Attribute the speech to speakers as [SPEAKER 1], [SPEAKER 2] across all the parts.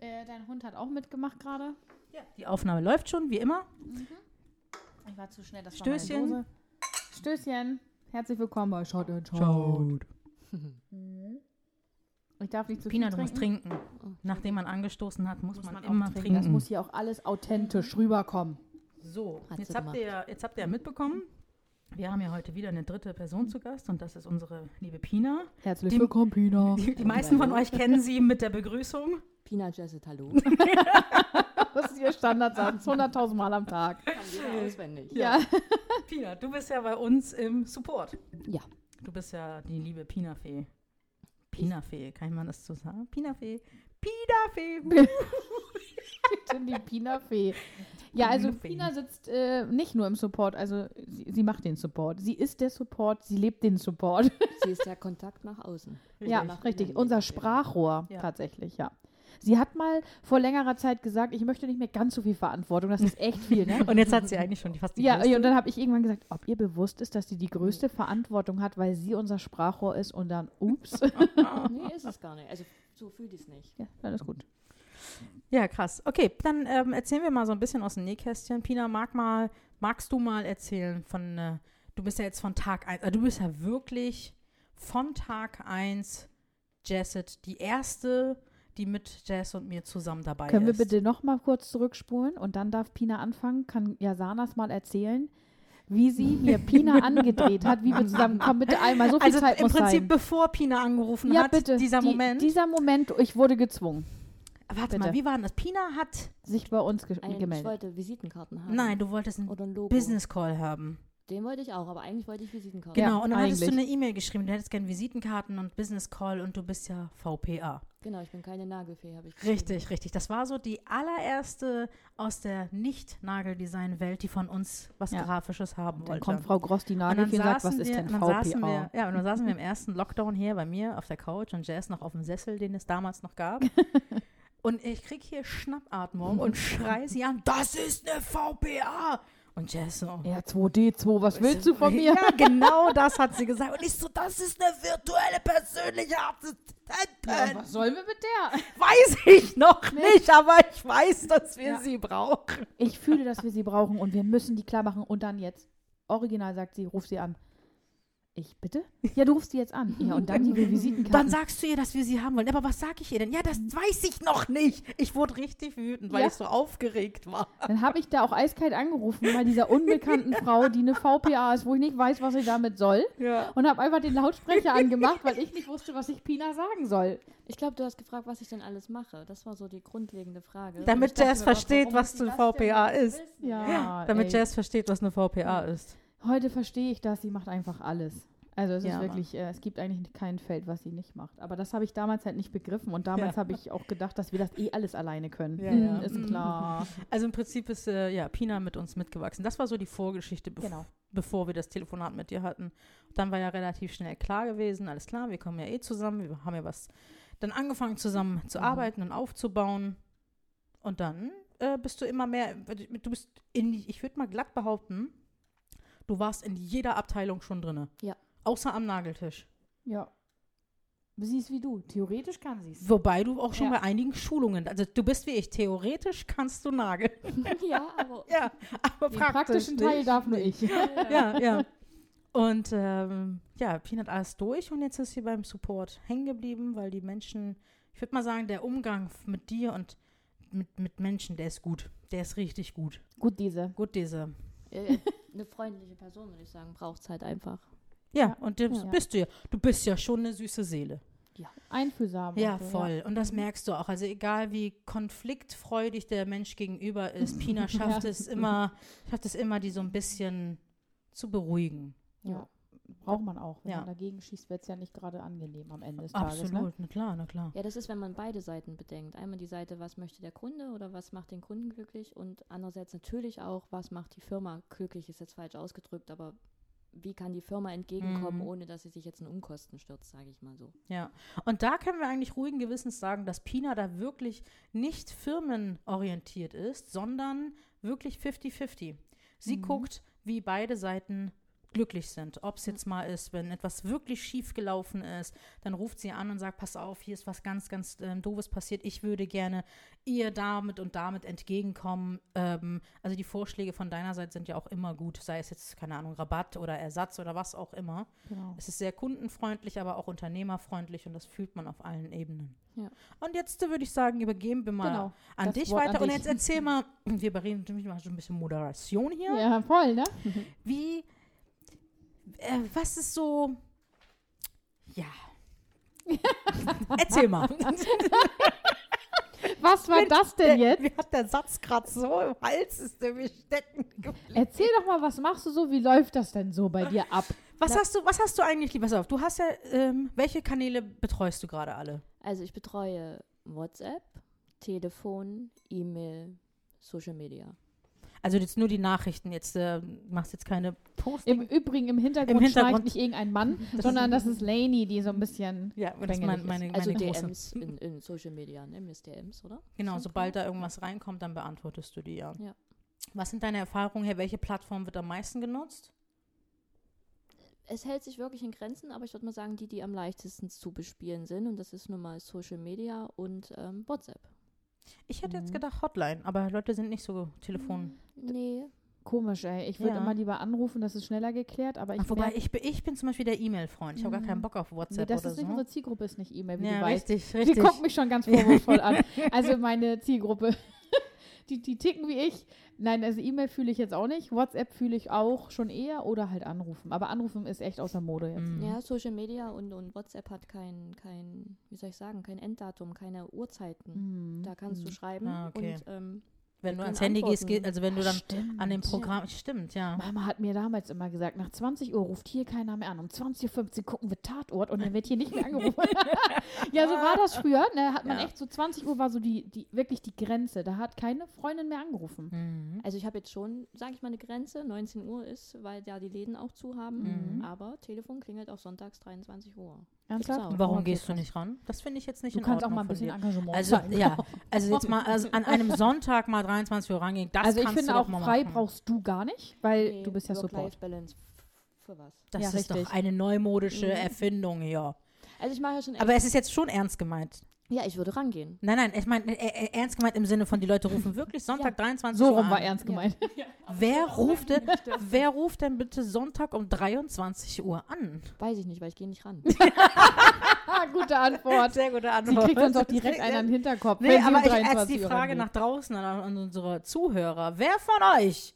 [SPEAKER 1] Äh, dein Hund hat auch mitgemacht gerade.
[SPEAKER 2] Die Aufnahme läuft schon, wie immer.
[SPEAKER 1] Ich war zu schnell, das
[SPEAKER 2] Stößchen.
[SPEAKER 1] war meine Dose. Stößchen. Herzlich willkommen bei Shot and Shot. Ich darf nicht zu
[SPEAKER 2] Pina, du
[SPEAKER 1] viel
[SPEAKER 2] musst
[SPEAKER 1] trinken.
[SPEAKER 2] trinken. Nachdem man angestoßen hat, muss, man,
[SPEAKER 3] man auch
[SPEAKER 2] immer
[SPEAKER 3] trinken.
[SPEAKER 2] trinken.
[SPEAKER 1] Das muss hier auch alles authentisch rüberkommen.
[SPEAKER 2] so,
[SPEAKER 3] Hat
[SPEAKER 2] jetzt
[SPEAKER 3] sie
[SPEAKER 2] habt, ihr, ja- jetzt habt ihr ja mitbekommen, wir haben ja heute wieder eine dritte Person zu Gast und das ist unsere liebe Pina.
[SPEAKER 1] Herzlich
[SPEAKER 2] Dem-
[SPEAKER 1] willkommen, Pina.
[SPEAKER 2] Die, die meisten von euch kennen sie mit der Begrüßung.
[SPEAKER 3] Pina Jesset, hallo.
[SPEAKER 1] Das ist ihr Standardsatz. 100.000 Mal am Tag.
[SPEAKER 3] auswendig.
[SPEAKER 1] Ja.
[SPEAKER 2] Pina, du bist ja bei uns im Support.
[SPEAKER 3] Ja.
[SPEAKER 2] Du bist ja die liebe Pina-Fee. Pina-Fee, kann man das so sagen? Pina-Fee. Pina-Fee.
[SPEAKER 1] Tim, die Pina-Fee. Ja, also
[SPEAKER 2] Pina-Fee.
[SPEAKER 1] Pina sitzt äh, nicht nur im Support, also sie, sie macht den Support. Sie ist der Support, sie lebt den Support.
[SPEAKER 3] Sie ist der Kontakt nach außen.
[SPEAKER 1] Ja,
[SPEAKER 3] Nach
[SPEAKER 1] richtig.
[SPEAKER 3] innen.
[SPEAKER 1] Unser Sprachrohr
[SPEAKER 2] Ja.
[SPEAKER 1] tatsächlich, ja. Sie hat mal vor längerer Zeit gesagt, ich möchte nicht mehr ganz so viel Verantwortung. Das ist echt viel, ne?
[SPEAKER 2] Und jetzt hat sie eigentlich schon die fast die
[SPEAKER 1] ja,
[SPEAKER 2] größte.
[SPEAKER 1] und dann habe ich irgendwann gesagt, ob ihr bewusst ist, dass sie die größte Verantwortung hat, weil sie unser Sprachrohr ist und dann, ups.
[SPEAKER 3] Nee, ist es gar nicht. Also so fühlt es nicht.
[SPEAKER 1] ja, alles gut.
[SPEAKER 2] Ja, krass. Okay, dann ähm, erzählen wir mal so ein bisschen aus dem Nähkästchen. Pina, mag mal, magst du mal erzählen von, äh, du bist ja jetzt von Tag 1, du bist ja wirklich von Tag 1 Jesset, die erste, die mit Jess und mir zusammen dabei
[SPEAKER 1] Können wir
[SPEAKER 2] ist.
[SPEAKER 1] bitte noch mal kurz zurückspulen und dann darf Pina anfangen, kann Jasanas mal erzählen, wie sie mir Pina angedreht hat, wie wir zusammenkommen. Bitte einmal, so viel
[SPEAKER 2] Also
[SPEAKER 1] Zeit
[SPEAKER 2] im
[SPEAKER 1] muss
[SPEAKER 2] Prinzip,
[SPEAKER 1] sein.
[SPEAKER 2] bevor Pina angerufen
[SPEAKER 1] Ja,
[SPEAKER 2] hat,
[SPEAKER 1] bitte.
[SPEAKER 2] dieser
[SPEAKER 1] die,
[SPEAKER 2] Moment.
[SPEAKER 1] Dieser Moment, ich wurde gezwungen,
[SPEAKER 2] warte mal,
[SPEAKER 1] bitte.
[SPEAKER 2] wie war denn das? Pina hat,
[SPEAKER 1] sich bei uns ge
[SPEAKER 3] Ein, ich
[SPEAKER 1] gemeldet.
[SPEAKER 3] wollte Visitenkarten haben.
[SPEAKER 2] nein, du wolltest einen
[SPEAKER 3] Oder ein Logo.
[SPEAKER 2] Business Call haben.
[SPEAKER 3] Den wollte ich auch, aber eigentlich wollte ich Visitenkarten.
[SPEAKER 1] Ja,
[SPEAKER 2] Genau, und dann hattest du
[SPEAKER 1] eigentlich.
[SPEAKER 2] eine E-Mail geschrieben, du hättest gerne Visitenkarten und Business Call und du bist ja VPA.
[SPEAKER 3] Genau, ich bin keine Nagelfee, habe ich geschrieben.
[SPEAKER 2] Richtig, richtig. Das war so die allererste aus der Nicht-Nageldesign-Welt, die von uns was
[SPEAKER 1] Ja.
[SPEAKER 2] Grafisches haben
[SPEAKER 1] Dann
[SPEAKER 2] wollte.
[SPEAKER 1] kommt Frau Gross, die
[SPEAKER 2] und
[SPEAKER 1] Nadel
[SPEAKER 2] dann
[SPEAKER 1] und sagt, was
[SPEAKER 2] saßen
[SPEAKER 1] ist
[SPEAKER 2] wir,
[SPEAKER 1] denn
[SPEAKER 2] und dann saßen
[SPEAKER 1] VPA?
[SPEAKER 2] wir, ja, und dann saßen wir im ersten Lockdown hier bei mir auf der Couch und Jazz noch auf dem Sessel, den es damals noch gab. und ich krieg hier Schnappatmung und schrei sie an, das ist eine VPA! Und Jazz so,
[SPEAKER 1] Ja, 2D2, was willst du von mir?
[SPEAKER 2] ja, genau das hat sie gesagt. Und ich so, das ist eine virtuelle persönliche Assistentin.
[SPEAKER 1] was sollen wir mit der?
[SPEAKER 2] weiß ich noch nicht, aber ich weiß, dass wir sie brauchen.
[SPEAKER 1] Ich fühle, dass wir sie brauchen und wir müssen die klar machen. Und dann jetzt. Original sagt sie, ruf sie an. Ich bitte? Ja, du rufst sie jetzt an. Ja, und dann die
[SPEAKER 2] Dann
[SPEAKER 1] Visitenkarten.
[SPEAKER 2] sagst du ihr, dass wir sie haben wollen. Aber was sag ich ihr denn? Ja, das weiß ich noch nicht. Ich wurde richtig wütend, weil
[SPEAKER 1] Ja.
[SPEAKER 2] ich so aufgeregt war.
[SPEAKER 1] Dann habe ich da auch eiskalt angerufen bei dieser unbekannten Frau, die eine VPA ist, wo ich nicht weiß, was sie damit soll.
[SPEAKER 2] Ja.
[SPEAKER 1] Und habe einfach den Lautsprecher angemacht, weil ich nicht wusste, was ich Pina sagen soll.
[SPEAKER 3] Ich glaube, du hast gefragt, was ich denn alles mache. Das war so die grundlegende Frage. Und ich
[SPEAKER 2] Damit
[SPEAKER 3] dachte
[SPEAKER 2] Jazz
[SPEAKER 3] mir, aber
[SPEAKER 2] versteht,
[SPEAKER 3] warum
[SPEAKER 2] was
[SPEAKER 3] muss
[SPEAKER 2] eine
[SPEAKER 3] ich das denn
[SPEAKER 2] VPA
[SPEAKER 3] jetzt
[SPEAKER 2] ist.
[SPEAKER 3] wissen?
[SPEAKER 1] Ja,
[SPEAKER 2] Damit
[SPEAKER 1] ey.
[SPEAKER 2] Jazz versteht, was eine VPA ist.
[SPEAKER 1] Heute verstehe ich das, sie macht einfach alles. Also es
[SPEAKER 2] Ja,
[SPEAKER 1] ist wirklich, äh, es gibt eigentlich kein Feld, was sie nicht macht. Aber das habe ich damals halt nicht begriffen und damals
[SPEAKER 2] Ja.
[SPEAKER 1] habe ich auch gedacht, dass wir das eh alles alleine können.
[SPEAKER 2] Ja,
[SPEAKER 1] Mm,
[SPEAKER 2] ja.
[SPEAKER 1] Ist
[SPEAKER 2] Mm.
[SPEAKER 1] klar.
[SPEAKER 2] Also im Prinzip ist äh, ja, Pina mit uns mitgewachsen. Das war so die Vorgeschichte, bev
[SPEAKER 1] Genau.
[SPEAKER 2] bevor wir das Telefonat mit dir hatten. Dann war ja relativ schnell klar gewesen, alles klar, wir kommen ja eh zusammen, wir haben ja was dann angefangen zusammen zu arbeiten und aufzubauen. Und dann äh, bist du immer mehr, du bist in, die- ich würde mal glatt behaupten, du warst in jeder Abteilung schon drinne.
[SPEAKER 3] Ja.
[SPEAKER 2] Außer am Nageltisch.
[SPEAKER 1] Ja. Sie ist wie du. Theoretisch kann sie es.
[SPEAKER 2] Wobei du auch schon
[SPEAKER 1] Ja.
[SPEAKER 2] bei einigen Schulungen, also du bist wie ich, theoretisch kannst du nageln.
[SPEAKER 3] Ja, aber
[SPEAKER 2] Ja, aber
[SPEAKER 1] Den
[SPEAKER 2] praktisch
[SPEAKER 1] praktischen
[SPEAKER 2] nicht.
[SPEAKER 1] Teil darf nur ich.
[SPEAKER 2] ja, ja. Und ähm, ja, Peanut alles durch und jetzt ist sie beim Support hängen geblieben, weil die Menschen, ich würde mal sagen, der Umgang f- mit dir und mit, mit Menschen, der ist gut. Der ist richtig gut.
[SPEAKER 1] Gut, diese.
[SPEAKER 2] Gut, diese.
[SPEAKER 3] äh, eine freundliche Person, würde ich sagen, braucht es halt einfach.
[SPEAKER 2] Ja, und das
[SPEAKER 1] Ja.
[SPEAKER 2] bist du ja. Du bist ja schon eine süße Seele.
[SPEAKER 1] Einfühlsam.
[SPEAKER 2] Ja,
[SPEAKER 1] und so,
[SPEAKER 2] voll. Und das merkst du auch. Also egal wie konfliktfreudig der Mensch gegenüber ist, Pina schafft es immer, schafft es immer, die so ein bisschen zu beruhigen.
[SPEAKER 1] Ja. Braucht man auch. Wenn
[SPEAKER 2] Ja.
[SPEAKER 1] man dagegen schießt, wird es ja nicht gerade angenehm am Ende des Tages.
[SPEAKER 2] Absolut,
[SPEAKER 1] Ne?
[SPEAKER 2] na klar, na klar.
[SPEAKER 3] Ja, das ist, wenn man beide Seiten bedenkt. Einmal die Seite, was möchte der Kunde oder was macht den Kunden glücklich und andererseits natürlich auch, was macht die Firma glücklich, ist jetzt falsch ausgedrückt, aber wie kann die Firma entgegenkommen,
[SPEAKER 2] Mhm.
[SPEAKER 3] ohne dass sie sich jetzt in Unkosten stürzt, sage ich mal so.
[SPEAKER 2] Ja, und da können wir eigentlich ruhigen Gewissens sagen, dass Pina da wirklich nicht firmenorientiert ist, sondern wirklich 50-50. Sie guckt, wie beide Seiten glücklich sind. Ob es jetzt mal ist, wenn etwas wirklich schief gelaufen ist, dann ruft sie an und sagt, pass auf, hier ist was ganz, ganz ähm, Doofes passiert. Ich würde gerne ihr damit und damit entgegenkommen. Ähm, also die Vorschläge von deiner Seite sind ja auch immer gut, sei es jetzt, keine Ahnung, Rabatt oder Ersatz oder was auch immer.
[SPEAKER 1] Genau.
[SPEAKER 2] Es ist sehr kundenfreundlich, aber auch unternehmerfreundlich und das fühlt man auf allen Ebenen.
[SPEAKER 3] Ja.
[SPEAKER 2] Und jetzt äh, würde ich sagen, übergeben wir mal
[SPEAKER 1] Genau,
[SPEAKER 2] an
[SPEAKER 1] das
[SPEAKER 2] dich
[SPEAKER 1] Wort
[SPEAKER 2] weiter
[SPEAKER 1] an
[SPEAKER 2] und
[SPEAKER 1] dich.
[SPEAKER 2] jetzt erzähl mal, wir überreden mich mal so ein bisschen Moderation hier.
[SPEAKER 1] Ja, voll, ne?
[SPEAKER 2] Wie, äh, was ist so, ja. Erzähl mal.
[SPEAKER 1] Was war das denn jetzt?
[SPEAKER 2] Mir hat der Satz gerade so im Hals, ist der mir stecken geblieben.
[SPEAKER 1] Erzähl doch mal, was machst du so? Wie läuft das denn so bei dir ab?
[SPEAKER 2] Was hast du, was hast du eigentlich, lieber auf, du hast ja, ähm, welche Kanäle betreust du gerade alle?
[SPEAKER 3] Also ich betreue WhatsApp, Telefon, E-Mail, Social Media.
[SPEAKER 2] Also jetzt nur die Nachrichten, jetzt äh, machst jetzt keine Post.
[SPEAKER 1] Im Übrigen, im Hintergrund,
[SPEAKER 2] Im Hintergrund-
[SPEAKER 1] schnarcht nicht irgendein Mann, sondern das ist Lainey, die so ein bisschen.
[SPEAKER 2] Ja, das
[SPEAKER 1] Bengelig
[SPEAKER 2] ist mein,
[SPEAKER 1] ist.
[SPEAKER 2] meine, meine
[SPEAKER 3] Also
[SPEAKER 2] große. Hm,
[SPEAKER 3] DMs in, in Social Media, ne? Mir ist DMs, oder?
[SPEAKER 2] Genau,
[SPEAKER 3] Zum
[SPEAKER 2] sobald da irgendwas reinkommt, dann beantwortest du die ja.
[SPEAKER 3] Ja.
[SPEAKER 2] Was sind deine Erfahrungen her? Welche Plattform wird am meisten genutzt?
[SPEAKER 3] Es hält sich wirklich in Grenzen, aber ich würde mal sagen, die, die am leichtesten zu bespielen sind, und das ist nun mal Social Media und ähm, WhatsApp.
[SPEAKER 2] Ich hätte jetzt
[SPEAKER 1] Mhm.
[SPEAKER 2] gedacht Hotline, aber Leute sind nicht so Telefon.
[SPEAKER 3] Nee,
[SPEAKER 1] Komisch, ey. Ich würde
[SPEAKER 2] Ja.
[SPEAKER 1] immer lieber anrufen, das ist schneller geklärt, aber ich.
[SPEAKER 2] Ach, wobei
[SPEAKER 1] merk- Mhm.
[SPEAKER 2] ich, bin- ich bin zum Beispiel der E-Mail-Freund. Ich habe gar keinen Bock auf
[SPEAKER 1] nee,
[SPEAKER 2] WhatsApp
[SPEAKER 1] das
[SPEAKER 2] oder
[SPEAKER 1] ist nicht
[SPEAKER 2] so.
[SPEAKER 1] unsere Zielgruppe, ist nicht E-Mail, wie
[SPEAKER 2] Ja,
[SPEAKER 1] du weißt.
[SPEAKER 2] richtig,
[SPEAKER 1] Die
[SPEAKER 2] richtig.
[SPEAKER 1] gucken mich schon ganz vorwurfsvoll an. Also meine Zielgruppe. Die, die ticken wie ich. Nein, also E-Mail fühle ich jetzt auch nicht. WhatsApp fühle ich auch schon eher oder halt anrufen. Aber anrufen ist echt außer Mode jetzt.
[SPEAKER 2] Mhm.
[SPEAKER 3] ja, Social Media und, und WhatsApp hat kein, kein, wie soll ich sagen, kein Enddatum, keine Uhrzeiten.
[SPEAKER 1] Mhm.
[SPEAKER 3] Da kannst du schreiben
[SPEAKER 2] Ah, okay.
[SPEAKER 3] und ähm,
[SPEAKER 2] Wenn du
[SPEAKER 3] Die
[SPEAKER 2] ans
[SPEAKER 3] können
[SPEAKER 2] Handy gehst,
[SPEAKER 3] antworten.
[SPEAKER 2] geht, also wenn du dann
[SPEAKER 1] Stimmt.
[SPEAKER 2] an dem Programm. Stimmt, ja.
[SPEAKER 1] Mama hat mir damals immer gesagt, nach 20 Uhr ruft hier keiner mehr an. Um 20.15 Uhr gucken wir Tatort und dann wird hier nicht mehr angerufen. ja, so war das früher. Ne? Hat man
[SPEAKER 2] Ja.
[SPEAKER 1] echt so 20 Uhr war so die, die, wirklich die Grenze. Da hat keine Freundin mehr angerufen.
[SPEAKER 2] Mhm.
[SPEAKER 3] Also ich habe jetzt schon, sage ich mal, eine Grenze. 19 Uhr ist, weil da die Läden auch zu haben.
[SPEAKER 2] Mhm.
[SPEAKER 3] Aber Telefon klingelt auch sonntags 23 Uhr.
[SPEAKER 1] Ernsthaft?
[SPEAKER 3] Sau.
[SPEAKER 2] Und warum
[SPEAKER 1] Okay,
[SPEAKER 2] gehst du
[SPEAKER 1] krass.
[SPEAKER 2] nicht ran? Das finde ich jetzt nicht
[SPEAKER 1] Du
[SPEAKER 2] in
[SPEAKER 1] kannst auch
[SPEAKER 2] Ordnung
[SPEAKER 1] mal ein
[SPEAKER 2] von
[SPEAKER 1] bisschen
[SPEAKER 2] dir.
[SPEAKER 1] Engagement
[SPEAKER 2] Also
[SPEAKER 1] zeigen.
[SPEAKER 2] ja, also jetzt mal also an einem Sonntag mal 23 Uhr rangehen, das
[SPEAKER 1] also ich
[SPEAKER 2] kannst
[SPEAKER 1] finde
[SPEAKER 2] du
[SPEAKER 1] auch
[SPEAKER 2] doch mal
[SPEAKER 1] frei
[SPEAKER 2] machen.
[SPEAKER 1] brauchst du gar nicht,
[SPEAKER 2] Äh,
[SPEAKER 1] weil
[SPEAKER 3] Nee,
[SPEAKER 1] du bist ja Support.
[SPEAKER 3] Work-Life-Balance f- für was?
[SPEAKER 2] Das
[SPEAKER 1] Ja,
[SPEAKER 2] ist doch
[SPEAKER 1] richtig.
[SPEAKER 2] eine neumodische
[SPEAKER 3] Mhm.
[SPEAKER 2] Erfindung hier.
[SPEAKER 3] Also ich mache ja schon.
[SPEAKER 2] Aber es ist jetzt schon ernst gemeint.
[SPEAKER 3] ja, ich würde rangehen.
[SPEAKER 2] Nein, nein, ich meine äh, äh, ernst gemeint im Sinne von die Leute rufen wirklich Sonntag 23
[SPEAKER 1] So
[SPEAKER 2] Uhr
[SPEAKER 1] rum
[SPEAKER 2] an.
[SPEAKER 1] war ernst
[SPEAKER 3] Ja.
[SPEAKER 1] gemeint.
[SPEAKER 2] Wer ruft, denn, wer ruft denn bitte Sonntag um 23 Uhr an?
[SPEAKER 3] Weiß ich nicht, weil ich gehe nicht ran.
[SPEAKER 1] Ah, gute Antwort.
[SPEAKER 2] Sehr gute
[SPEAKER 1] Sie
[SPEAKER 2] Antwort.
[SPEAKER 1] kriegt uns auch direkt einen an den Hinterkopf.
[SPEAKER 2] Nee,
[SPEAKER 1] wenn sie um
[SPEAKER 2] aber ich, als
[SPEAKER 1] 23
[SPEAKER 2] die
[SPEAKER 1] Uhr
[SPEAKER 2] Frage
[SPEAKER 1] rangeht.
[SPEAKER 2] nach draußen an, an unsere Zuhörer, wer von euch?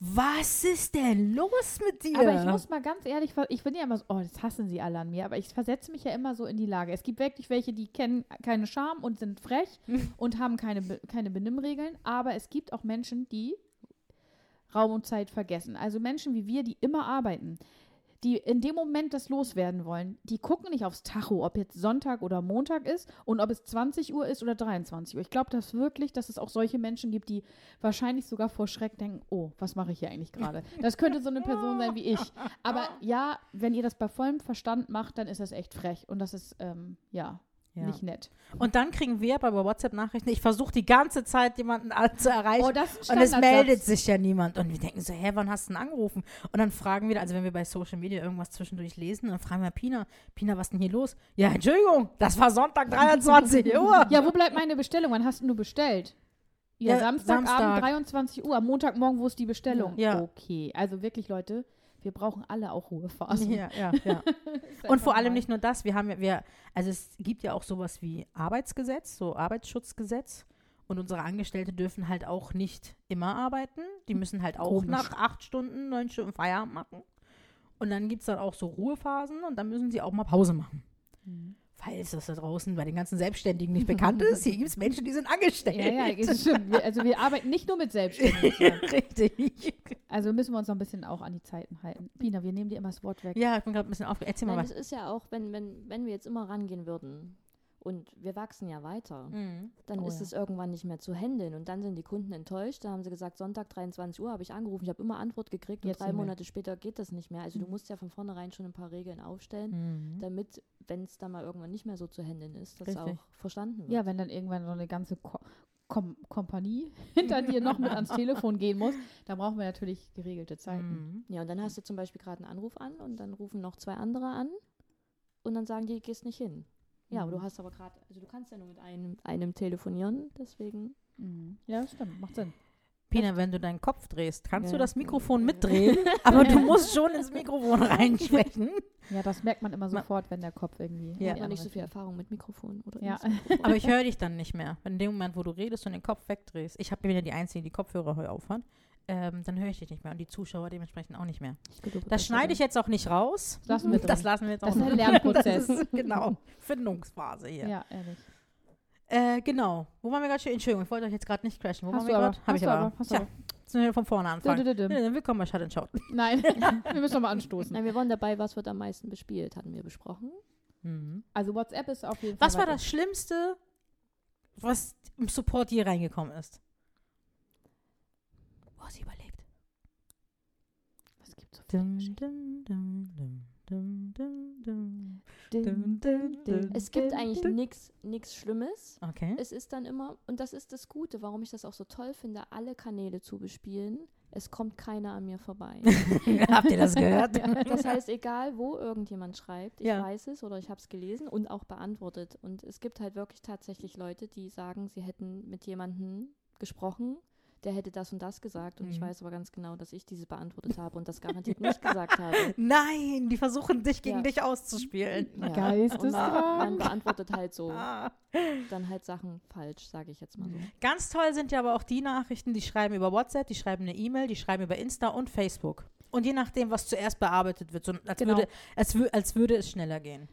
[SPEAKER 2] Was ist denn los mit dir?
[SPEAKER 1] Aber ich muss mal ganz ehrlich, ver- ich bin ja immer so, oh, das hassen sie alle an mir, aber ich versetze mich ja immer so in die Lage. Es gibt wirklich welche, die kennen keine Scham und sind frech und haben keine, Be- keine Benimmregeln, aber es gibt auch Menschen, die Raum und Zeit vergessen. Also Menschen wie wir, die immer arbeiten, die in dem Moment das loswerden wollen, die gucken nicht aufs Tacho, ob jetzt Sonntag oder Montag ist und ob es 20 Uhr ist oder 23 Uhr. Ich glaube das wirklich, dass es auch solche Menschen gibt, die wahrscheinlich sogar vor Schreck denken, oh, was mache ich hier eigentlich gerade? Das könnte so eine Person sein wie ich. Aber ja, wenn ihr das bei vollem Verstand macht, dann ist das echt frech und das ist, ähm, ja,
[SPEAKER 2] Ja.
[SPEAKER 1] nicht nett.
[SPEAKER 2] Und dann kriegen wir aber über WhatsApp-Nachrichten, ich versuche die ganze Zeit jemanden a- zu erreichen.
[SPEAKER 1] Oh, das ist ein
[SPEAKER 2] und es
[SPEAKER 1] Standardsatz.
[SPEAKER 2] meldet sich ja niemand. Und wir denken so, hä, wann hast du denn angerufen? Und dann fragen wir, also wenn wir bei Social Media irgendwas zwischendurch lesen, dann fragen wir Pina, Pina, was ist denn hier los? Ja, Entschuldigung, das war Sonntag 23 Uhr.
[SPEAKER 1] Ja, wo bleibt meine Bestellung? Wann hast denn du bestellt? Ja,
[SPEAKER 2] Ja,
[SPEAKER 1] Samstagabend,
[SPEAKER 2] Samstag.
[SPEAKER 1] 23 Uhr. Am Montagmorgen, wo ist die Bestellung?
[SPEAKER 2] Ja.
[SPEAKER 1] Okay, also wirklich, Leute, wir brauchen alle auch Ruhephasen.
[SPEAKER 2] Ja, ja, ja. Und vor allem nicht nur das, wir haben ja, wir, also es gibt ja auch sowas wie Arbeitsgesetz, so Arbeitsschutzgesetz. Und unsere Angestellte dürfen halt auch nicht immer arbeiten. Die müssen halt auch
[SPEAKER 1] Komisch.
[SPEAKER 2] nach acht Stunden, neun Stunden Feierabend machen. Und dann gibt es dann auch so Ruhephasen und dann müssen sie auch mal Pause machen. Hm. Falls das da draußen bei den ganzen Selbstständigen nicht bekannt ist, hier gibt es Menschen, die sind angestellt.
[SPEAKER 1] Ja, ja, das stimmt. Wir, also wir arbeiten nicht nur mit Selbstständigen.
[SPEAKER 2] Richtig.
[SPEAKER 1] Also müssen wir uns noch ein bisschen auch an die Zeiten halten. Pina, wir nehmen dir immer das Wort weg.
[SPEAKER 2] Ja, ich bin gerade ein bisschen aufgeregt. Erzähl mal
[SPEAKER 3] Nein,
[SPEAKER 2] was.
[SPEAKER 3] das ist ja auch, wenn, wenn, wenn wir jetzt immer rangehen würden und wir wachsen ja weiter,
[SPEAKER 2] Mhm.
[SPEAKER 3] dann
[SPEAKER 1] Oh
[SPEAKER 3] ist
[SPEAKER 1] ja.
[SPEAKER 3] es irgendwann nicht mehr zu handeln. Und dann sind die Kunden enttäuscht. Da haben sie gesagt, Sonntag 23 Uhr habe ich angerufen, ich habe immer Antwort gekriegt
[SPEAKER 1] Jetzt
[SPEAKER 3] und drei
[SPEAKER 1] nicht mehr.
[SPEAKER 3] Monate später geht das nicht mehr. Also du musst ja von vornherein schon ein paar Regeln aufstellen.
[SPEAKER 2] Mhm.
[SPEAKER 3] damit, wenn es dann mal irgendwann nicht mehr so zu handeln ist, das
[SPEAKER 2] Richtig.
[SPEAKER 3] auch verstanden wird.
[SPEAKER 1] Ja, wenn dann irgendwann so eine ganze Ko Kom Kompanie hinter dir noch mit ans Telefon gehen muss, da brauchen wir natürlich geregelte Zeiten.
[SPEAKER 2] Mhm.
[SPEAKER 3] Ja, und dann hast du zum Beispiel gerade einen Anruf an und dann rufen noch zwei andere an und dann sagen die, gehst nicht hin. Ja, aber
[SPEAKER 2] Mhm.
[SPEAKER 3] du hast aber gerade, also du kannst ja nur mit einem, einem telefonieren, deswegen.
[SPEAKER 1] Mhm. Ja, stimmt, macht Sinn.
[SPEAKER 2] Pina, wenn du deinen Kopf drehst, kannst du
[SPEAKER 3] Ja.
[SPEAKER 2] das Mikrofon mitdrehen, aber du musst schon ins Mikrofon reinsprechen.
[SPEAKER 1] Ja, das merkt man immer sofort, wenn der Kopf irgendwie. in die
[SPEAKER 2] Ja.
[SPEAKER 3] hat man nicht so
[SPEAKER 1] andere
[SPEAKER 3] viel
[SPEAKER 1] Richtung-
[SPEAKER 3] Erfahrung mit Mikrofon oder
[SPEAKER 1] Ja.
[SPEAKER 3] ins Mikrofon.
[SPEAKER 2] Aber ich höre dich dann nicht mehr. Wenn in dem Moment, wo du redest und den Kopf wegdrehst, ich hab- bin ja die Einzige, die Kopfhörer heu auf hat, ähm, dann höre ich dich nicht mehr und die Zuschauer dementsprechend auch nicht mehr.
[SPEAKER 3] Ich gelobe
[SPEAKER 2] Das schneide ich
[SPEAKER 3] ja.
[SPEAKER 2] jetzt auch nicht raus.
[SPEAKER 1] Das lassen wir
[SPEAKER 2] Das
[SPEAKER 1] drin.
[SPEAKER 2] lassen wir jetzt
[SPEAKER 1] Das
[SPEAKER 2] auch
[SPEAKER 1] ist
[SPEAKER 2] nicht.
[SPEAKER 1] ein Lernprozess.
[SPEAKER 2] Das ist, genau. Findungsphase hier.
[SPEAKER 1] Ja, ehrlich.
[SPEAKER 2] Äh, genau. Wo waren wir gerade? Entschuldigung, ich wollte euch jetzt gerade nicht crashen. Wo
[SPEAKER 1] Hast
[SPEAKER 2] waren
[SPEAKER 1] du
[SPEAKER 2] wir
[SPEAKER 1] aber,
[SPEAKER 2] gerade? Hab
[SPEAKER 1] hast
[SPEAKER 2] ich
[SPEAKER 1] du
[SPEAKER 2] aber.
[SPEAKER 1] aber, hast du
[SPEAKER 2] Tja,
[SPEAKER 1] aber.
[SPEAKER 2] jetzt müssen wir von vorne anfangen.
[SPEAKER 1] Dü- dü- dü- dü.
[SPEAKER 2] Ja, Willkommen bei Shut and Shout.
[SPEAKER 1] Nein, wir müssen nochmal anstoßen.
[SPEAKER 3] Nein, wir wollen dabei, was wird am meisten bespielt, hatten wir besprochen.
[SPEAKER 2] Mhm.
[SPEAKER 1] Also WhatsApp ist auf jeden Fall.
[SPEAKER 2] Was war
[SPEAKER 1] weiter.
[SPEAKER 2] das Schlimmste, was im Support hier reingekommen ist? Boah, sie überlegt.
[SPEAKER 1] Was gibt's so viele
[SPEAKER 2] Dum,
[SPEAKER 1] Geschichten?
[SPEAKER 2] dum, dum, dum, dum, dum, dum.
[SPEAKER 1] Dum, dum, dum.
[SPEAKER 3] Es gibt eigentlich nichts nix Schlimmes.
[SPEAKER 2] Okay.
[SPEAKER 3] Es ist dann immer, und das ist das Gute, warum ich das auch so toll finde, alle Kanäle zu bespielen. Es kommt keiner an mir vorbei.
[SPEAKER 2] Habt ihr das gehört?
[SPEAKER 3] Das heißt, egal wo irgendjemand schreibt, ich
[SPEAKER 2] Ja.
[SPEAKER 3] weiß es oder ich habe es gelesen und auch beantwortet. Und es gibt halt wirklich tatsächlich Leute, die sagen, sie hätten mit jemandem gesprochen, der hätte das und das gesagt. Und ich
[SPEAKER 2] Mhm.
[SPEAKER 3] weiß aber ganz genau, dass ich diese beantwortet habe und das garantiert nicht gesagt habe.
[SPEAKER 2] Nein, die versuchen dich gegen
[SPEAKER 3] Ja.
[SPEAKER 2] dich auszuspielen.
[SPEAKER 3] Ja. Und man, man
[SPEAKER 1] Geisteskrank.
[SPEAKER 3] beantwortet halt so
[SPEAKER 2] Ah.
[SPEAKER 3] dann halt Sachen falsch, sage ich jetzt mal so.
[SPEAKER 2] Ganz toll sind ja aber auch die Nachrichten, die schreiben über WhatsApp, die schreiben eine E-Mail, die schreiben über Insta und Facebook. Und je nachdem, was zuerst bearbeitet wird, so als,
[SPEAKER 1] Genau.
[SPEAKER 2] würde, als, wü- als würde es schneller gehen.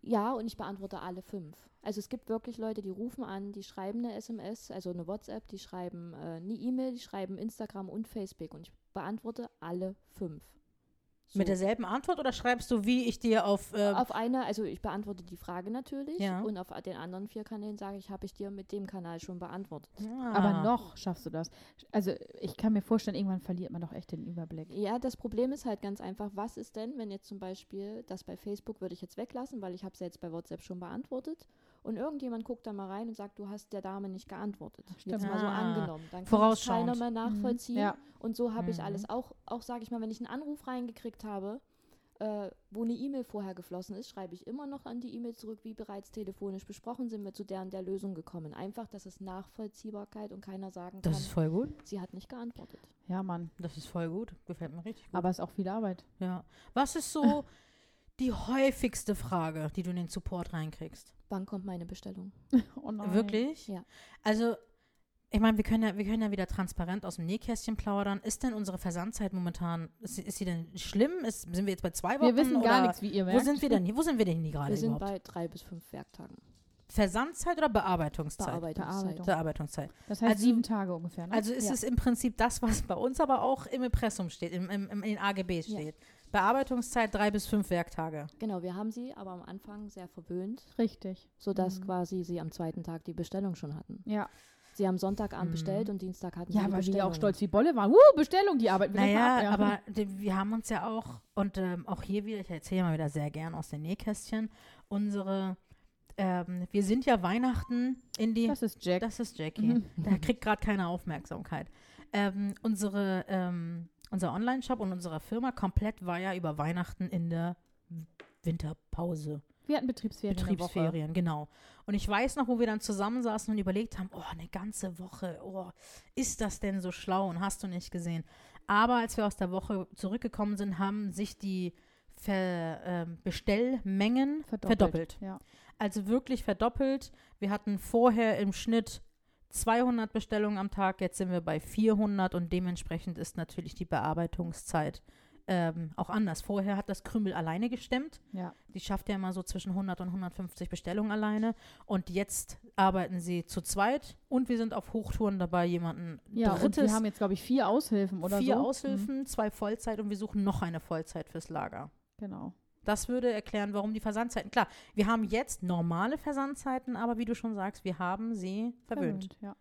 [SPEAKER 3] Ja, und ich beantworte alle fünf. Also es gibt wirklich Leute, die rufen an, die schreiben eine SMS, also eine WhatsApp, die schreiben äh, eine E-Mail, die schreiben Instagram und Facebook und ich beantworte alle fünf. So.
[SPEAKER 2] Mit derselben Antwort oder schreibst du, wie ich dir auf. Äh,
[SPEAKER 3] auf einer, also ich beantworte die Frage natürlich
[SPEAKER 2] Ja.
[SPEAKER 3] und auf den anderen vier Kanälen sage ich, habe ich dir mit dem Kanal schon beantwortet.
[SPEAKER 2] ah.
[SPEAKER 1] Aber noch schaffst du das. Also ich kann mir vorstellen, irgendwann verliert man doch echt den Überblick.
[SPEAKER 3] Ja, das Problem ist halt ganz einfach, was ist denn, wenn jetzt zum Beispiel, das bei Facebook würde ich jetzt weglassen, weil ich habe es jetzt bei WhatsApp schon beantwortet und irgendjemand guckt da mal rein und sagt, du hast der Dame nicht geantwortet.
[SPEAKER 1] Stimmt.
[SPEAKER 3] Jetzt mal so
[SPEAKER 2] Ah.
[SPEAKER 3] angenommen. Dann kann es keiner
[SPEAKER 2] Vorausschauend.
[SPEAKER 3] mehr nachvollziehen.
[SPEAKER 1] Ja.
[SPEAKER 3] Und so habe ich
[SPEAKER 2] Mhm.
[SPEAKER 3] alles auch, auch sage ich mal, wenn ich einen Anruf reingekriegt habe, äh, wo eine E-Mail vorher geflossen ist, schreibe ich immer noch an die E-Mail zurück, wie bereits telefonisch besprochen, sind wir zu der und der Lösung gekommen. Einfach, dass es Nachvollziehbarkeit und keiner sagen
[SPEAKER 2] Das ist
[SPEAKER 3] kann,
[SPEAKER 2] voll gut.
[SPEAKER 3] sie hat nicht geantwortet.
[SPEAKER 1] Ja, Mann.
[SPEAKER 2] Das ist voll gut. Gefällt mir richtig gut.
[SPEAKER 1] Aber es ist auch viel Arbeit.
[SPEAKER 2] Ja. Was ist so die häufigste Frage, die du in den Support reinkriegst?
[SPEAKER 3] Wann kommt meine Bestellung?
[SPEAKER 1] Oh nein.
[SPEAKER 2] Wirklich?
[SPEAKER 3] Ja.
[SPEAKER 2] Also, ich meine, wir können ja, wir können ja wieder transparent aus dem Nähkästchen plaudern. Ist denn unsere Versandzeit momentan, ist, sie- ist sie denn schlimm? Ist, sind wir jetzt bei zwei
[SPEAKER 1] Wir
[SPEAKER 2] Wochen?
[SPEAKER 1] wissen gar
[SPEAKER 2] oder
[SPEAKER 1] nichts, wie ihr
[SPEAKER 2] Wo
[SPEAKER 1] merkt.
[SPEAKER 2] sind wir denn hier? Wo sind wir denn hier gerade
[SPEAKER 3] Wir sind
[SPEAKER 2] überhaupt?
[SPEAKER 3] bei drei bis fünf Werktagen.
[SPEAKER 2] Versandzeit oder Bearbeitungszeit?
[SPEAKER 3] Bearbeitungszeit.
[SPEAKER 1] Bearbeitung.
[SPEAKER 2] Bearbeitungszeit.
[SPEAKER 1] Das heißt
[SPEAKER 2] Also-
[SPEAKER 1] sieben Tage ungefähr. Ne?
[SPEAKER 2] Also ist
[SPEAKER 1] ja.
[SPEAKER 2] es im Prinzip das, was bei uns aber auch im Impressum steht, im, im, im, in den AGB steht. Bearbeitungszeit drei bis fünf Werktage.
[SPEAKER 3] Genau, wir haben sie aber am Anfang sehr verwöhnt,
[SPEAKER 1] richtig.
[SPEAKER 3] sodass quasi sie am zweiten Tag die Bestellung schon hatten.
[SPEAKER 1] Ja.
[SPEAKER 3] Sie haben Sonntagabend bestellt und Dienstag hatten
[SPEAKER 1] Ja,
[SPEAKER 3] sie die
[SPEAKER 1] weil
[SPEAKER 3] Bestellung.
[SPEAKER 1] wir auch stolz wie Bolle waren. Uh, Bestellung, die arbeiten wir gleich
[SPEAKER 2] Naja,
[SPEAKER 1] mal ab, ja.
[SPEAKER 2] aber die, wir haben uns ja auch, und ähm, auch hier wieder, ich erzähle mal wieder sehr gern aus den Nähkästchen, unsere, ähm, wir sind ja Weihnachten in die,
[SPEAKER 1] das ist Jack.
[SPEAKER 2] das ist Jackie,
[SPEAKER 1] Mhm.
[SPEAKER 2] da kriegt gerade keine Aufmerksamkeit. Ähm, unsere, ähm, unser Online-Shop und unsere Firma komplett war ja über Weihnachten in der Winterpause.
[SPEAKER 1] wir hatten Betriebsferien. In der Woche.
[SPEAKER 2] Betriebsferien, genau. Und ich weiß noch, wo wir dann zusammensaßen und überlegt haben, oh, eine ganze Woche, oh, ist das denn so schlau und hast du nicht gesehen. Aber als wir aus der Woche zurückgekommen sind, haben sich die Ver, ähm, Bestellmengen
[SPEAKER 1] Verdoppelt.
[SPEAKER 2] verdoppelt.
[SPEAKER 1] Ja.
[SPEAKER 2] Also wirklich verdoppelt. Wir hatten vorher im Schnitt 200 Bestellungen am Tag, jetzt sind wir bei 400 und dementsprechend ist natürlich die Bearbeitungszeit ähm, auch anders. Vorher hat das Krümel alleine gestemmt.
[SPEAKER 1] ja.
[SPEAKER 2] Die schafft ja immer so zwischen 100 und 150 Bestellungen alleine. Und jetzt arbeiten sie zu zweit und wir sind auf Hochtouren dabei, jemanden
[SPEAKER 1] Ja, und
[SPEAKER 2] drittes,
[SPEAKER 1] wir haben jetzt, glaube ich, vier Aushilfen oder
[SPEAKER 2] vier
[SPEAKER 1] so. Mhm,
[SPEAKER 2] Aushilfen, zwei Vollzeit und wir suchen noch eine Vollzeit fürs Lager.
[SPEAKER 1] Genau.
[SPEAKER 2] Das würde erklären, warum die Versandzeiten. Klar, wir haben jetzt normale Versandzeiten, aber wie du schon sagst, wir haben sie verwöhnt.
[SPEAKER 1] Ja.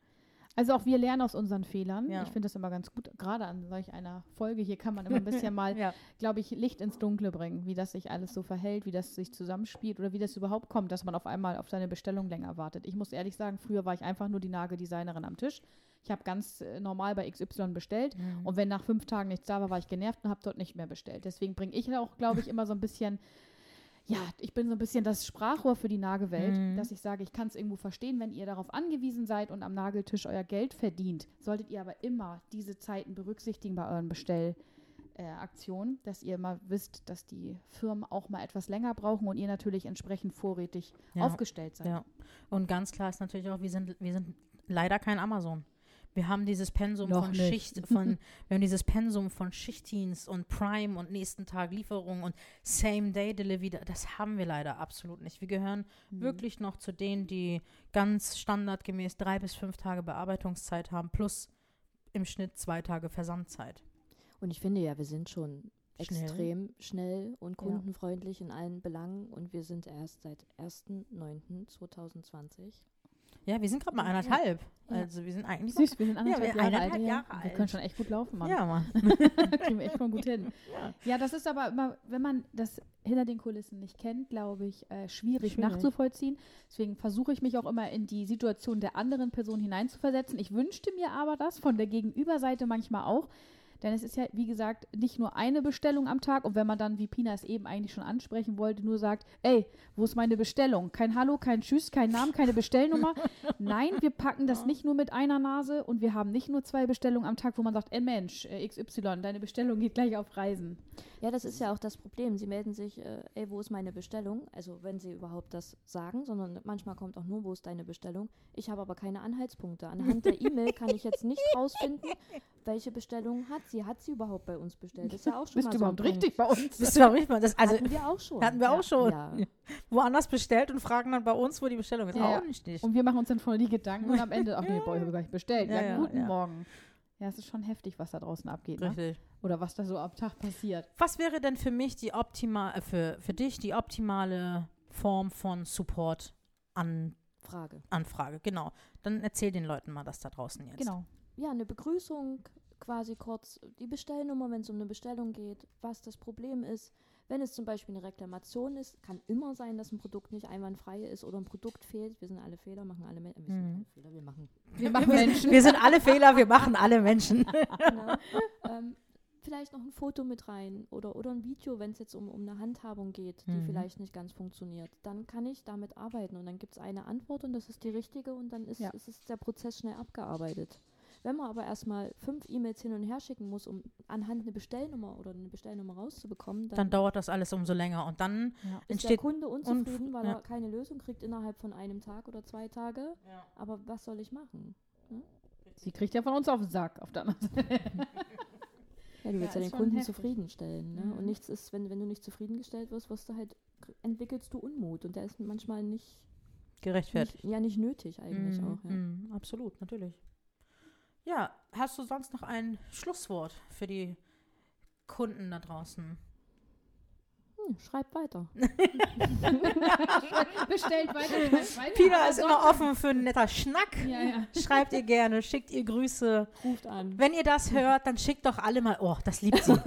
[SPEAKER 1] Also auch wir lernen aus unseren Fehlern.
[SPEAKER 2] Ja.
[SPEAKER 1] Ich finde das immer ganz gut. Gerade an solch einer Folge hier kann man immer ein bisschen mal,
[SPEAKER 2] Ja.
[SPEAKER 1] glaube ich, Licht ins Dunkle bringen, wie das sich alles so verhält, wie das sich zusammenspielt oder wie das überhaupt kommt, dass man auf einmal auf seine Bestellung länger wartet. Ich muss ehrlich sagen, früher war ich einfach nur die Nageldesignerin am Tisch. Ich habe ganz äh, normal bei XY bestellt und wenn nach fünf Tagen nichts da war, war ich genervt und habe dort nicht mehr bestellt. Deswegen bringe ich auch, glaube ich, immer so ein bisschen, ja, ich bin so ein bisschen das Sprachrohr für die Nagelwelt,
[SPEAKER 2] Mhm.
[SPEAKER 1] dass ich sage, ich kann es irgendwo verstehen, wenn ihr darauf angewiesen seid und am Nageltisch euer Geld verdient, solltet ihr aber immer diese Zeiten berücksichtigen bei euren Bestell. Äh, Aktionen, dass ihr mal wisst, dass die Firmen auch mal etwas länger brauchen und ihr natürlich entsprechend vorrätig
[SPEAKER 2] Ja.
[SPEAKER 1] aufgestellt seid.
[SPEAKER 2] Ja. Und ganz klar ist natürlich auch, wir sind, wir sind leider kein Amazon. Wir haben dieses Pensum
[SPEAKER 1] Noch
[SPEAKER 2] von
[SPEAKER 1] nicht.
[SPEAKER 2] Schicht, von, wir haben dieses Pensum von Schichtdienst und Prime und nächsten Tag Lieferung und Same Day Delivery. Da- Das haben wir leider absolut nicht. Wir gehören
[SPEAKER 1] Mhm.
[SPEAKER 2] wirklich noch zu denen, die ganz standardgemäß drei bis fünf Tage Bearbeitungszeit haben, plus im Schnitt zwei Tage Versandzeit.
[SPEAKER 3] Und ich finde ja, wir sind schon
[SPEAKER 2] Schnell.
[SPEAKER 3] extrem schnell und kundenfreundlich in allen Belangen und wir sind erst seit 1.9.2020.
[SPEAKER 2] Ja, wir sind gerade mal eineinhalb.
[SPEAKER 1] Ja.
[SPEAKER 2] Also wir sind eigentlich noch-
[SPEAKER 1] Süß, wir sind anderthalb,
[SPEAKER 2] wir-
[SPEAKER 1] Jahre,
[SPEAKER 2] eineinhalb
[SPEAKER 1] alt.
[SPEAKER 2] Jahre
[SPEAKER 1] Wir
[SPEAKER 2] alt.
[SPEAKER 1] können schon echt gut laufen, Mann.
[SPEAKER 2] Ja, Mann.
[SPEAKER 1] kriegen wir echt mal gut hin. Ja, das ist aber immer, wenn man das hinter den Kulissen nicht kennt, glaube ich, äh, schwierig,
[SPEAKER 2] Schwierig.
[SPEAKER 1] nachzuvollziehen. Deswegen versuche ich mich auch immer in die Situation der anderen Person hineinzuversetzen. Ich wünschte mir aber das von der Gegenüberseite manchmal auch. Denn es ist ja, wie gesagt, nicht nur eine Bestellung am Tag. Und wenn man dann, wie Pina es eben eigentlich schon ansprechen wollte, nur sagt, ey, wo ist meine Bestellung? Kein Hallo, kein Tschüss, kein Name, keine Bestellnummer. Nein, wir packen das nicht nur mit einer Nase und wir haben nicht nur zwei Bestellungen am Tag, wo man sagt, ey Mensch, äh, XY, deine Bestellung geht gleich auf Reisen.
[SPEAKER 3] Ja, das
[SPEAKER 2] Also
[SPEAKER 3] ist ja auch das Problem. Sie melden sich, äh, ey, wo ist meine Bestellung? Also wenn sie überhaupt das sagen, sondern manchmal kommt auch nur, wo ist deine Bestellung? Ich habe aber keine Anhaltspunkte. Anhand der E-Mail kann ich jetzt nicht rausfinden, welche Bestellung hat sie. Hat sie überhaupt bei uns bestellt? Ist ja auch schon
[SPEAKER 1] Bist
[SPEAKER 3] mal
[SPEAKER 1] du
[SPEAKER 3] so ein
[SPEAKER 1] überhaupt
[SPEAKER 3] Punkt.
[SPEAKER 1] richtig bei uns?
[SPEAKER 2] Bist du auch nicht mal. Das, also,
[SPEAKER 3] hatten wir auch schon.
[SPEAKER 2] hatten wir
[SPEAKER 1] Ja,
[SPEAKER 2] auch schon.
[SPEAKER 3] ja.
[SPEAKER 2] Woanders bestellt und fragen dann bei uns, wo die Bestellung ist.
[SPEAKER 1] Ja.
[SPEAKER 2] Auch nicht. nicht.
[SPEAKER 1] Und wir machen uns dann voll die Gedanken und am Ende, ach nee, boah, ich habe gar nicht bestellt. Ja,
[SPEAKER 2] Ja, ja,
[SPEAKER 1] guten
[SPEAKER 2] ja.
[SPEAKER 1] Morgen. Ja, es ist schon heftig, was da draußen abgeht. Ne?
[SPEAKER 2] Richtig.
[SPEAKER 1] Oder was da so am Tag passiert.
[SPEAKER 2] Was wäre denn für mich die optima äh, für, für dich die optimale Form von Support an
[SPEAKER 3] Frage.
[SPEAKER 2] Anfrage? Genau. Dann erzähl den Leuten mal das da draußen jetzt.
[SPEAKER 1] Genau.
[SPEAKER 3] ja, eine Begrüßung quasi kurz, die Bestellnummer, wenn es um eine Bestellung geht, was das Problem ist. Wenn es zum Beispiel eine Reklamation ist, kann immer sein, dass ein Produkt nicht einwandfrei ist oder ein Produkt fehlt. Wir sind alle Fehler, machen alle mit. Wir sind
[SPEAKER 2] Mhm.
[SPEAKER 3] alle Fehler, wir machen.
[SPEAKER 1] Wir machen Menschen.
[SPEAKER 2] Wir sind alle Fehler, wir machen alle Menschen.
[SPEAKER 3] Genau. ähm, vielleicht noch ein Foto mit rein oder, oder ein Video, wenn es jetzt um, um eine Handhabung geht, die
[SPEAKER 2] Mhm.
[SPEAKER 3] vielleicht nicht ganz funktioniert. Dann kann ich damit arbeiten und dann gibt es eine Antwort und das ist die richtige und dann ist,
[SPEAKER 1] Ja.
[SPEAKER 3] ist es der Prozess schnell abgearbeitet. Wenn man aber erstmal fünf E-Mails hin und her schicken muss, um anhand eine Bestellnummer oder eine Bestellnummer rauszubekommen, dann,
[SPEAKER 2] Dann dauert das alles umso länger und dann
[SPEAKER 3] ist der
[SPEAKER 2] entsteht-
[SPEAKER 3] Kunde unzufrieden, weil
[SPEAKER 2] ja.
[SPEAKER 3] er keine Lösung kriegt innerhalb von einem Tag oder zwei Tage.
[SPEAKER 2] Ja.
[SPEAKER 3] Aber was soll ich machen?
[SPEAKER 1] Sie kriegt ja von uns auf den Sack. Auf der anderen Seite.
[SPEAKER 3] Ja, du
[SPEAKER 1] Ja,
[SPEAKER 3] willst ja,
[SPEAKER 1] ist
[SPEAKER 3] den
[SPEAKER 1] schon
[SPEAKER 3] Kunden
[SPEAKER 1] heftig.
[SPEAKER 3] zufriedenstellen. Ne?
[SPEAKER 1] Mhm.
[SPEAKER 3] Und nichts ist, wenn, wenn du nicht zufriedengestellt wirst, wirst du halt, entwickelst du Unmut. Und der ist manchmal nicht,
[SPEAKER 2] gerechtfertigt.
[SPEAKER 3] nicht ja, nicht nötig eigentlich
[SPEAKER 2] Mhm,
[SPEAKER 3] auch. Ja.
[SPEAKER 2] mhm, absolut, natürlich. Ja, hast du sonst noch ein Schlusswort für die Kunden da draußen?
[SPEAKER 3] Hm, schreib weiter.
[SPEAKER 1] Bestellt weiter. kein weiter. Also,
[SPEAKER 2] Pina ist immer offen für einen netter Schnack.
[SPEAKER 1] Ja, ja.
[SPEAKER 2] Schreibt ihr gerne, schickt ihr Grüße.
[SPEAKER 3] Ruft an.
[SPEAKER 2] Wenn ihr das
[SPEAKER 1] Mhm.
[SPEAKER 2] hört, dann schickt doch alle mal, oh, das liebt sie.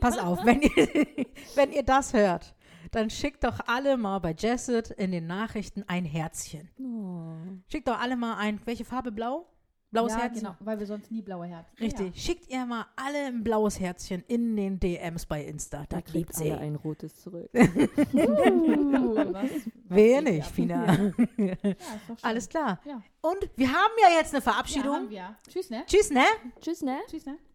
[SPEAKER 2] Pass auf, wenn ihr, wenn ihr das hört, dann schickt doch alle mal bei Jesset in den Nachrichten ein Herzchen.
[SPEAKER 3] Oh.
[SPEAKER 2] Schickt doch alle mal ein, welche Farbe blau? Blaues
[SPEAKER 1] ja,
[SPEAKER 2] Herzchen.
[SPEAKER 1] genau, weil wir sonst nie blaue Herzen.
[SPEAKER 2] Richtig. Schickt ihr mal alle ein blaues Herzchen in den DMs bei Insta. Da
[SPEAKER 3] kriegt
[SPEAKER 2] liebt sie.
[SPEAKER 3] alle ein rotes zurück.
[SPEAKER 1] Ja. Uh, was?
[SPEAKER 2] Wenig,
[SPEAKER 1] ab?
[SPEAKER 2] Fina.
[SPEAKER 1] Ja, ist doch schön.
[SPEAKER 2] Alles klar.
[SPEAKER 1] Ja.
[SPEAKER 2] Und wir haben ja jetzt eine
[SPEAKER 1] ja,
[SPEAKER 2] Verabschiedung.
[SPEAKER 1] haben wir. Tschüss, ne?
[SPEAKER 2] Tschüss, ne?
[SPEAKER 3] Tschüss, ne?
[SPEAKER 1] Tschüss, ne?